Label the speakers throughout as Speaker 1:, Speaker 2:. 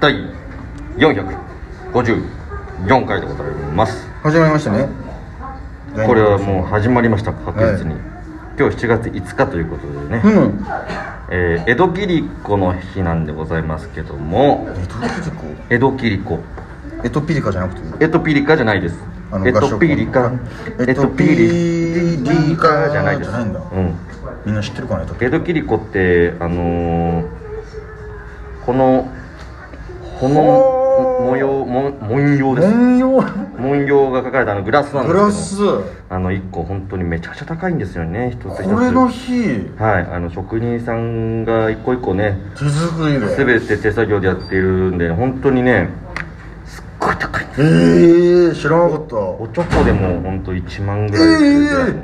Speaker 1: 第454回でございます
Speaker 2: 始まりましたね
Speaker 1: これはもう始まりました確実に、今日7月5日ということでね、
Speaker 2: うん
Speaker 1: えー江戸切子の日なんでございますけども
Speaker 2: えっとピリコ
Speaker 1: 江
Speaker 2: えっと
Speaker 1: 戸切子
Speaker 2: ピリカじゃなくて
Speaker 1: エトピリカじゃないです
Speaker 2: あの
Speaker 1: エトピリカ
Speaker 2: 合唱コン
Speaker 1: エトピリカじゃないです
Speaker 2: じゃないんだ
Speaker 1: うん
Speaker 2: みんな知ってるかなえっとピ
Speaker 1: 江戸切子ってあのーこのこの模様も文様です
Speaker 2: 文様
Speaker 1: 文様が書かれたあのグラスなんで
Speaker 2: グ
Speaker 1: すけど
Speaker 2: ラ
Speaker 1: も
Speaker 2: ス
Speaker 1: あの1個本当にめちゃくちゃ高いんですよね一つ一つ
Speaker 2: これの日
Speaker 1: はいあの職人さんが一個一個ね
Speaker 2: 手作りで
Speaker 1: 全て手作業でやっているんで本当にねすっごい高いんです
Speaker 2: えー、知らなかった
Speaker 1: お
Speaker 2: お
Speaker 1: ちょこでも本当1万ぐらいするぐらいの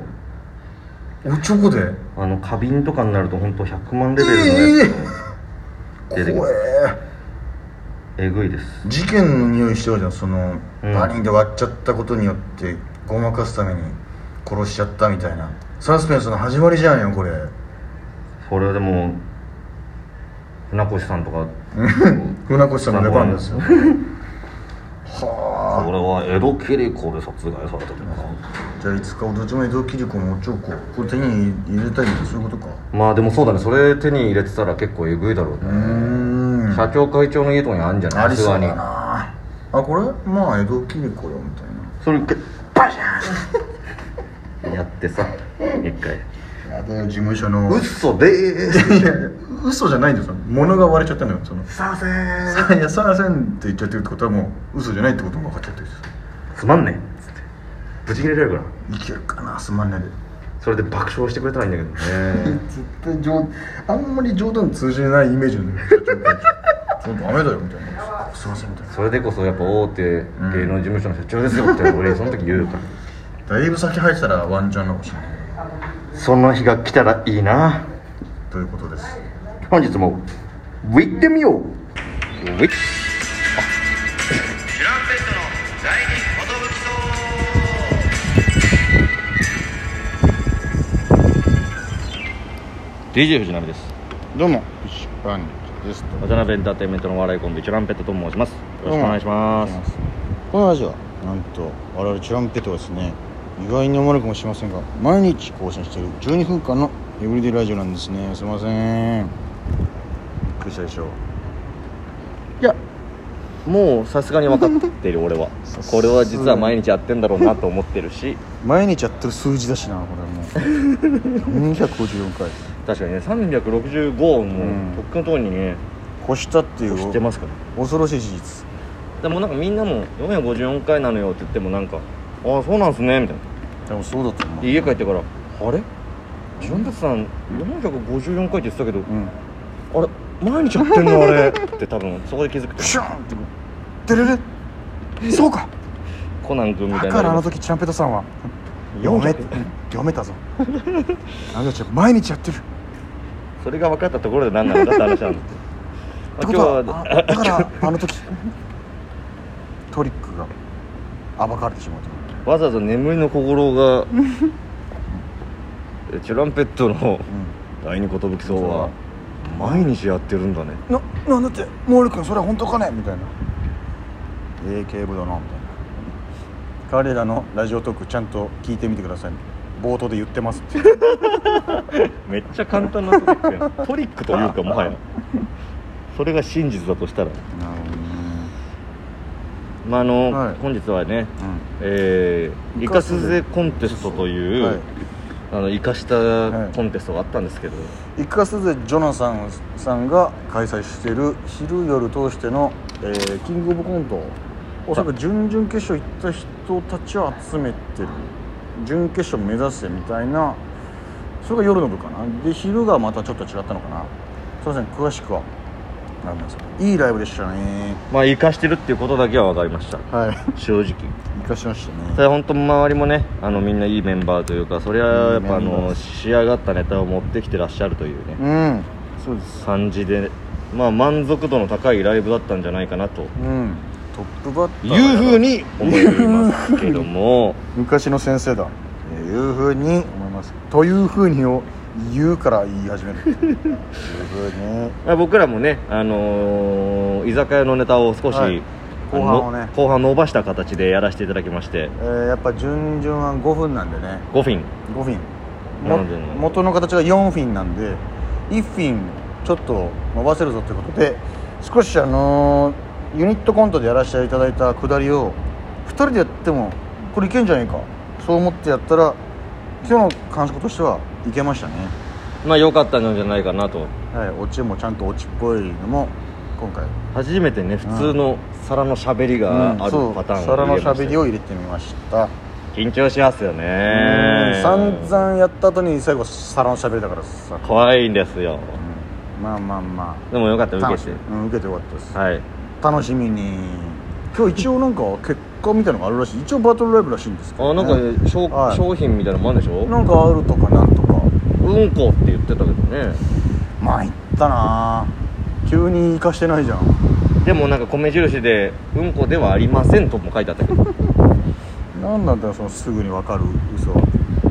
Speaker 2: えちょこで
Speaker 1: あの花瓶とかになると本当100万レベルのや
Speaker 2: え
Speaker 1: つ出て
Speaker 2: ー、
Speaker 1: きま
Speaker 2: 怖
Speaker 1: す
Speaker 2: え
Speaker 1: えぐいです
Speaker 2: 事件の匂いしてるじゃんその、
Speaker 1: うん
Speaker 2: バリンで割っちゃったことによってごまかすために殺しちゃったみたいなサスペンスの始まりじゃんよこれ
Speaker 1: それはでも船越さんとか
Speaker 2: 船越さんの出番ですよは
Speaker 1: これは江戸切子で殺害されたとか
Speaker 2: あじゃあいつかおどちも江戸切子もおちょここれ手に入れたいんだそういうことか
Speaker 1: まあでもそうだねそれ手に入れてたら結構えぐいだろう
Speaker 2: うー
Speaker 1: ね、
Speaker 2: ん
Speaker 1: 社長会長の家とかにあるんじゃない
Speaker 2: ありそうだ
Speaker 1: に
Speaker 2: なあこれまあ江戸切子よみたいな
Speaker 1: それ一回バシャーンやってさ一回
Speaker 2: やだよ事務所の
Speaker 1: 嘘でーす
Speaker 2: いや嘘じゃないんですよ物が割れちゃったんだよその
Speaker 1: させ
Speaker 2: いやさあせんって言っちゃってるってことはもう嘘じゃないってことが分かっちゃってるんです
Speaker 1: つまんねえっつってぶち切れられるから
Speaker 2: いけるかなすまんないで
Speaker 1: それで爆笑してくれたらいいんだけどね
Speaker 2: 絶対冗あんまり冗談通じないイメージなんだけどそうダメだよみたいなすいませんみたいな
Speaker 1: それでこそやっぱ大手芸能事務所の社長ですよって俺その時言うから
Speaker 2: だいぶ先入ってたらワンチャンなかもしれない
Speaker 1: その日が来たらいいな
Speaker 2: ということです
Speaker 1: 本日も「行ってみよう!」ウィッチュランペットの第二 DJ 藤波です
Speaker 3: どうも、石パンです。
Speaker 1: 渡辺エンターテインメントのお笑いコンビチュランペットと申しますよろしくお願いします、
Speaker 3: このラジオは、なんと、我々チュランペットはですね、意外に思われるかもしれませんが、毎日更新している12分間のエブリデイラジオなんですね。すいません。びっくりしたでしょ
Speaker 1: いやもうさすがに分かって る俺は
Speaker 3: さす
Speaker 1: これは実は毎日やってんだろうなと思ってるし
Speaker 3: 毎日やってる数字だしな、これもう。454回。
Speaker 1: 確かにね365も
Speaker 3: ん
Speaker 1: とっくのとこにね
Speaker 3: 越したってい
Speaker 1: 知って
Speaker 3: う
Speaker 1: ますから
Speaker 3: 恐ろしい事実。
Speaker 1: でもなんかみんなも454回なのよって言ってもなんか「ああそうなんすね」みたいな
Speaker 3: でもそうだと思う
Speaker 1: で。家帰ってから「あれジュンベツさん454回って言ってたけど
Speaker 3: うん。
Speaker 1: あれ毎日やってんのあれ」って多分そこで気づくと
Speaker 3: プシューンって、てれれそうか
Speaker 1: コナン君みた
Speaker 3: だ
Speaker 1: い
Speaker 3: からあの
Speaker 1: な
Speaker 3: 時チュランペットさんは
Speaker 1: 読
Speaker 3: 読
Speaker 1: め
Speaker 3: め読めたぞあの人たち毎日やってる
Speaker 1: それが分かったところで何なのかって話なんですよ
Speaker 3: って
Speaker 1: まあ
Speaker 3: こ
Speaker 1: 今
Speaker 3: と
Speaker 1: 日
Speaker 3: は
Speaker 1: は
Speaker 3: あだからあの時トリックが暴かれてしまうと
Speaker 1: わざわざ眠りの心 がえチュランペットの第二寿草は毎日やってるんだね
Speaker 3: うん、ななんだって毛利君それは本当かねみたいな AKB だなみたいな彼らのラジオトークちゃんと聞いてみてください冒頭で言ってますって
Speaker 1: めっちゃ簡単なトリックやんトリックというかもはやそれが真実だとしたら
Speaker 3: なるほどね
Speaker 1: まああの、
Speaker 3: はい
Speaker 1: 本日はね
Speaker 3: うん
Speaker 1: えー、イカスゼコンテストという、
Speaker 3: はい
Speaker 1: あのイカしたコンテストがあったんですけど、
Speaker 3: イカスゼジョナサンさんが開催している昼夜通しての、えーキングオブコントおそらく準々決勝行った人たちを集めてる準決勝目指せみたいなそれが夜の部かなで昼がまたちょっと違ったのかなすいません詳しくはなんですけどいいライブでしたね
Speaker 1: まあイカしてるっていうことだけは分かりました
Speaker 3: はい
Speaker 1: 正直
Speaker 3: 生かしました
Speaker 1: そ
Speaker 3: ね
Speaker 1: れ本当周りもねあのみんないいメンバーというかそれはやっぱあ
Speaker 3: いいメンバ
Speaker 1: の
Speaker 3: ー
Speaker 1: 仕上がったネタを持ってきてらっしゃるというね
Speaker 3: うんそうです
Speaker 1: 感じでまあ満足度の高いライブだったんじゃないかなと
Speaker 3: うんトップバッター
Speaker 1: い
Speaker 3: が
Speaker 1: うふうに思いますけども
Speaker 3: 昔の先生だえーいうふうに思いますというふうにを言うから言い 始めるすごいね
Speaker 1: まあ、僕らもね、あのー居酒屋のネタを少し、
Speaker 3: はい
Speaker 1: あの
Speaker 3: 後半をね
Speaker 1: 後半伸ばした形でやらせていただきまして
Speaker 3: えーやっぱ準々は5分なんでね
Speaker 1: 5フィン
Speaker 3: 5フィン
Speaker 1: な
Speaker 3: も
Speaker 1: のでね
Speaker 3: 元の形が4フィンなんで1フィンちょっと伸ばせるぞということで少しあのーユニットコントでやらせていただいたくだりを2人でやってもこれいけんじゃないかそう思ってやったら今日の感触としてはいけましたね
Speaker 1: まあ良かったんじゃないかなと
Speaker 3: はいオチもちゃんとオチっぽいのも今回
Speaker 1: 初めてね普通の皿のしゃべりがある
Speaker 3: そう
Speaker 1: パターン
Speaker 3: 皿のしゃべりを
Speaker 1: 入れま
Speaker 3: 入れてみまし
Speaker 1: し
Speaker 3: た
Speaker 1: た緊張しますよね
Speaker 3: うん散々やった後に最後皿のしゃべりだからさ
Speaker 1: 怖いんですよ
Speaker 3: まあまあま
Speaker 1: でもよかった
Speaker 3: あ
Speaker 1: 受け
Speaker 3: 楽しい
Speaker 1: て
Speaker 3: うん、受けてよかったです、
Speaker 1: はい
Speaker 3: 楽しみに今日一応なんか結果みたいのがあるらしい一応バトルライブらしいんですけど、
Speaker 1: あなんか、商
Speaker 3: はい
Speaker 1: 商品みたいなのもあるんでしょ
Speaker 3: なんかあるとかなんとか
Speaker 1: うんこって言ってたけどね
Speaker 3: まあいったなあ急に行かしてないじゃん
Speaker 1: でもなんか米印で「うんこではありません」とも書いてあったけ ど
Speaker 3: なんなんだよそのすぐに分かる嘘は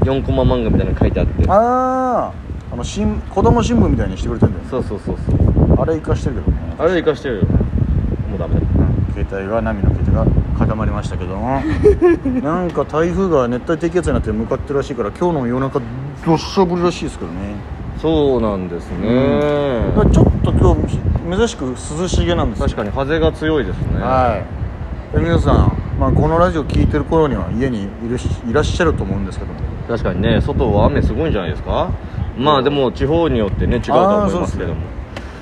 Speaker 1: 4コマ漫画みたいなの書いてあって
Speaker 3: あああの新子供新聞みたいにしてくれてんだよね
Speaker 1: そうそうそうそう
Speaker 3: あれ生かしてるけどね
Speaker 1: あれ生かしてるよもうダメだ
Speaker 3: 携帯がナミの携帯が固まりましたけ どもなんか台風が熱帯低気圧になって向かってるらしいから今日の夜中どっしゃ降りらしいですけどね
Speaker 1: そうなんですね、
Speaker 3: だからちょっと今日珍しく涼しげなんですよ
Speaker 1: 確かに風が強いですね
Speaker 3: はいで皆さん、まあ、このラジオ聞いてる頃には家にいるしいらっしゃると思うんですけども
Speaker 1: 確かにね外は雨すごいんじゃないですかまあでも地方によってね違うとは思いますけども、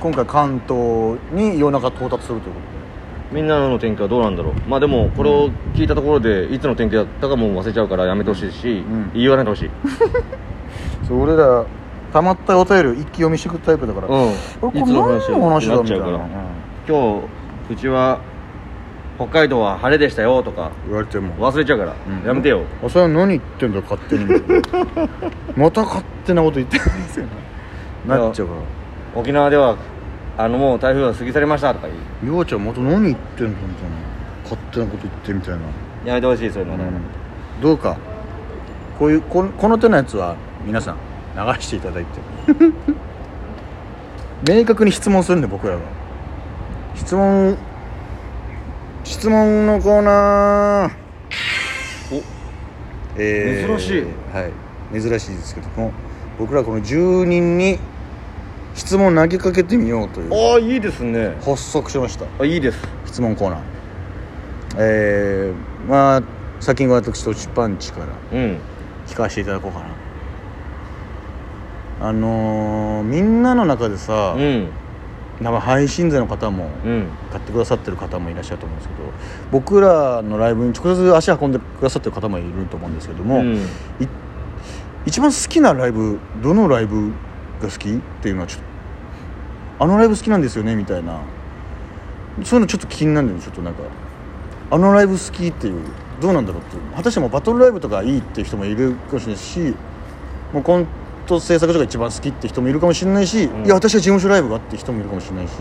Speaker 3: 今回関東に夜中到達するということ
Speaker 1: みんなの天気はどうなんだろうまあでもこれを聞いたところでいつの天気だったかもう忘れちゃうからやめてほしいし、
Speaker 3: ん
Speaker 1: 言わないでほしい、
Speaker 3: でそう俺らたまったお便りを一気読みしてくタイプだから、
Speaker 1: うん
Speaker 3: これ
Speaker 1: いつの話
Speaker 3: 何の話だ
Speaker 1: になっ
Speaker 3: み
Speaker 1: ち
Speaker 3: た
Speaker 1: ゃ
Speaker 3: いうな、
Speaker 1: か
Speaker 3: う
Speaker 1: ら
Speaker 3: ん
Speaker 1: 今日うちは北海道は晴れでしたよとか
Speaker 3: 言われても
Speaker 1: 忘れちゃうから、
Speaker 3: うん
Speaker 1: やめてよ
Speaker 3: おさん何言ってんだよ勝 手にまた勝手なこと言ってないですよねなっちゃうから
Speaker 1: 沖縄ではあのもう台風が過ぎ去りましたとか言う
Speaker 3: 「ようちゃんまた何言ってんだ」みたいな勝手なこと言ってみたいな、
Speaker 1: やめてほしいそういうのはね、
Speaker 3: どうかこういうこのこの手のやつは皆さん流してい ただいて明確に質問するんで僕らは質問質問のコーナー
Speaker 1: お
Speaker 3: えー
Speaker 1: 珍しい
Speaker 3: はい珍しいですけども僕らこの住人に質問投げかけてみようという
Speaker 1: ああいいですね
Speaker 3: 発足しました
Speaker 1: あいいです
Speaker 3: 質問コーナーえー、まあ先に私とチパンチから
Speaker 1: うん
Speaker 3: 聞かせていただこうかなあのー、みんなの中でさ、
Speaker 1: うん
Speaker 3: まあ配信勢の方も
Speaker 1: うん
Speaker 3: 買ってくださってる方もいらっしゃると思うんですけど僕らのライブに直接足運んでくださってる方もいると思うんですけども、
Speaker 1: うん
Speaker 3: い一番好きなライブどのライブが好きっていうのはちょっとあのライブ好きなんですよねみたいなそういうのちょっと気になるんだよねちょっとなんかあのライブ好きっていうどうなんだろうっていう果たしてもうバトルライブとかいいっていう人もいるかもしれないしもうコント制作所が一番好きって人もいるかもしれないし、
Speaker 1: ん
Speaker 3: いや私は事務所ライブがって人もいるかもしれないし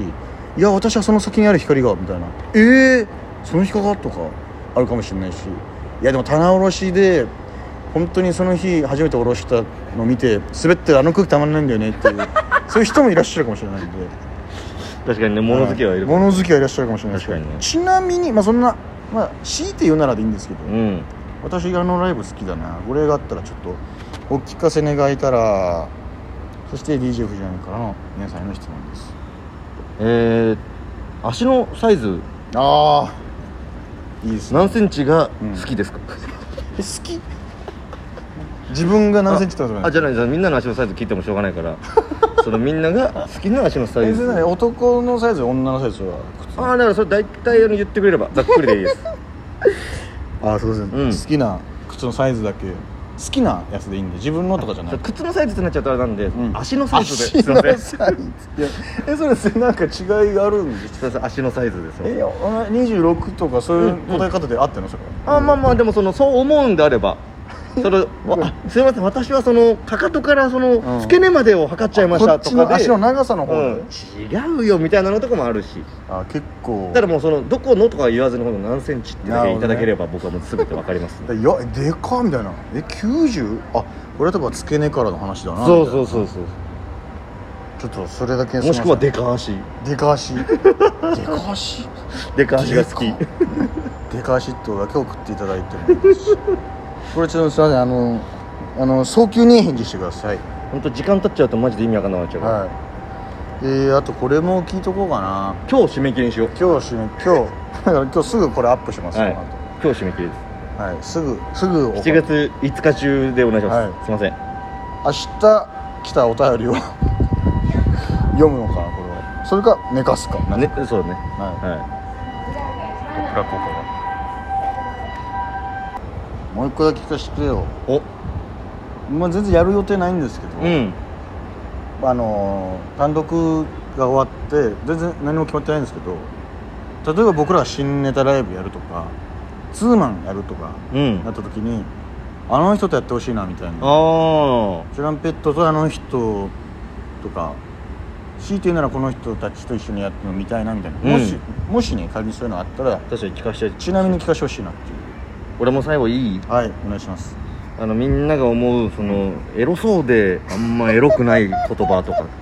Speaker 3: いや私はその先にある光がみたいなえー、その光がとかあるかもしれないしいやでも棚卸しで本当にその日初めて卸したのを見て滑ってるあの空気たまんないんだよねっていう そういう人もいらっしゃるかもしれないんで。
Speaker 1: 確かにね物好きはいる
Speaker 3: 物好きはいらっしゃるかもしれないですけど
Speaker 1: 確かにね
Speaker 3: ちなみにまあそんなまあ強いて言うならでいいんですけど、
Speaker 1: うん
Speaker 3: 私があのライブ好きだなこれがあったらちょっとお聞かせ願いたらそして DJ 藤波からの皆さんへの質問です
Speaker 1: えー、足のサイズ
Speaker 3: ああいいですね
Speaker 1: 何センチが好きですか、
Speaker 3: え好き自分が何センチってこと
Speaker 1: あ
Speaker 3: か
Speaker 1: じゃないじゃあみんなの足のサイズ聞いてもしょうがないからそのみんなが好きな足の サイズ
Speaker 3: ない
Speaker 1: あ
Speaker 3: 男のサイズ女のサイズは
Speaker 1: あーだからそれ大体あの言ってくれればざっくりでいいです
Speaker 3: ああそうです
Speaker 1: うん
Speaker 3: 好きな靴のサイズだけ好きなやつでいいんで自分のとかじゃない
Speaker 1: 靴のサイズってなっちゃうとあれなんで、
Speaker 3: ん
Speaker 1: 足のサイズで
Speaker 3: 足のサイ
Speaker 1: すいません
Speaker 3: ズ いやえそれそれなんか違いがあるんです
Speaker 1: すいません足のサイズです
Speaker 3: えお前26とかそういう答え方で合ってるのそれは
Speaker 1: あまあまあでもそのそう思うんであればそのわあすいません私はそのかかとからその
Speaker 3: うん
Speaker 1: 付け根までを測っちゃいまし
Speaker 3: こ
Speaker 1: た
Speaker 3: っ
Speaker 1: と
Speaker 3: ちの
Speaker 1: かで
Speaker 3: 足の長さの方
Speaker 1: う
Speaker 3: ね
Speaker 1: ん、違うよみたいなのとかもあるし
Speaker 3: あ結構
Speaker 1: だからもうそのどこのとか言わずにこの何センチってだ
Speaker 3: なる
Speaker 1: け
Speaker 3: ほ
Speaker 1: い
Speaker 3: ど
Speaker 1: た
Speaker 3: ね
Speaker 1: だければ僕はもう全てわかります、
Speaker 3: だいやでかみたいなえ90あこれは多分付け根からの話 だな
Speaker 1: そうそううそうそう
Speaker 3: ちょっとそれだけ
Speaker 1: もしくは
Speaker 3: で
Speaker 1: デカ足
Speaker 3: でか足でか足
Speaker 1: デカ足が好き
Speaker 3: でかでか足ってだけ送っていただいてもいいですしこれちょっとすいませんあのあの早急に返事してください
Speaker 1: 本当時間経っちゃうとマジで意味わかんなくなっちゃうから、
Speaker 3: はいえー、あとこれも聞いとこうかな
Speaker 1: 今日締め切りにしよう
Speaker 3: 今日締め今日だから今日すぐこれアップしますよ、
Speaker 1: はい
Speaker 3: こ
Speaker 1: 今
Speaker 3: の
Speaker 1: 日締め切りです
Speaker 3: 後はい、すぐすぐお
Speaker 1: 7月5日中でお願いします、
Speaker 3: は
Speaker 1: すいません
Speaker 3: 明日来たお便りを 読むのかなこれはそれか寝かすか、
Speaker 1: ね、そうだね
Speaker 3: は、
Speaker 1: はい
Speaker 3: これはここがもう一個だけ聞かせてくれよ
Speaker 1: いお
Speaker 3: まあ全然やる予定ないんですけど、
Speaker 1: うん
Speaker 3: あのー単独が終わって全然何も決まってないんですけど例えば僕らが新ネタライブやるとかツーマンやるとか
Speaker 1: うん
Speaker 3: なった時にあの人とやってほしいなみたいな
Speaker 1: あ
Speaker 3: トランペットとあの人とか強いて言うならこの人たちと一緒にやってもみたいなみたいな、
Speaker 1: うん
Speaker 3: もしもしね仮にそういうのあったら
Speaker 1: あ確かに聞かせて
Speaker 3: ちなみに聞かせてほしいなっていう
Speaker 1: 俺も最後いい
Speaker 3: はいお願いします
Speaker 1: あのみんなが思うそのエロそうであんまエロくない言葉とか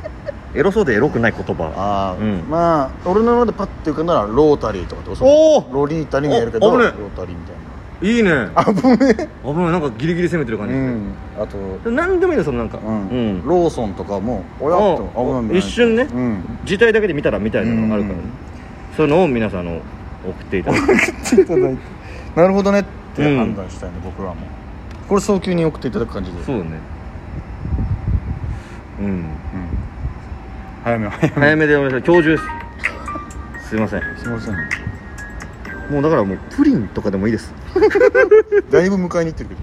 Speaker 1: エロそうでエロくない言葉
Speaker 3: ああ、
Speaker 1: うん
Speaker 3: まあ俺の中でパッて浮かんだらロータリーとかってこと
Speaker 1: おー
Speaker 3: ロリータに見えるけど
Speaker 1: お危
Speaker 3: ロ
Speaker 1: ねえ
Speaker 3: ータリーみたいな
Speaker 1: い
Speaker 3: い
Speaker 1: ね
Speaker 3: あぶねえ
Speaker 1: 危ないなんかギリギリ攻めてる感じ
Speaker 3: う
Speaker 1: で
Speaker 3: んあと、う
Speaker 1: する何でもいいのそのなんかうんん
Speaker 3: ローソンとかもおや
Speaker 1: お
Speaker 3: っと危ない
Speaker 1: 一瞬ね
Speaker 3: うん
Speaker 1: 字体だけで見たらみたいなのがあるからね
Speaker 3: うん
Speaker 1: そういうのを皆さんあの送っていただいて
Speaker 3: 送っていただいてなるほどねって判断したいね、僕らもこれ早急に送っていただく感じで
Speaker 1: そうだねうん
Speaker 3: 早め早め
Speaker 1: 早めでお願いします今日中ですすいません
Speaker 3: すいません
Speaker 1: もうだからもうプリンとかでもいいです
Speaker 3: だいぶ迎えに行ってるけど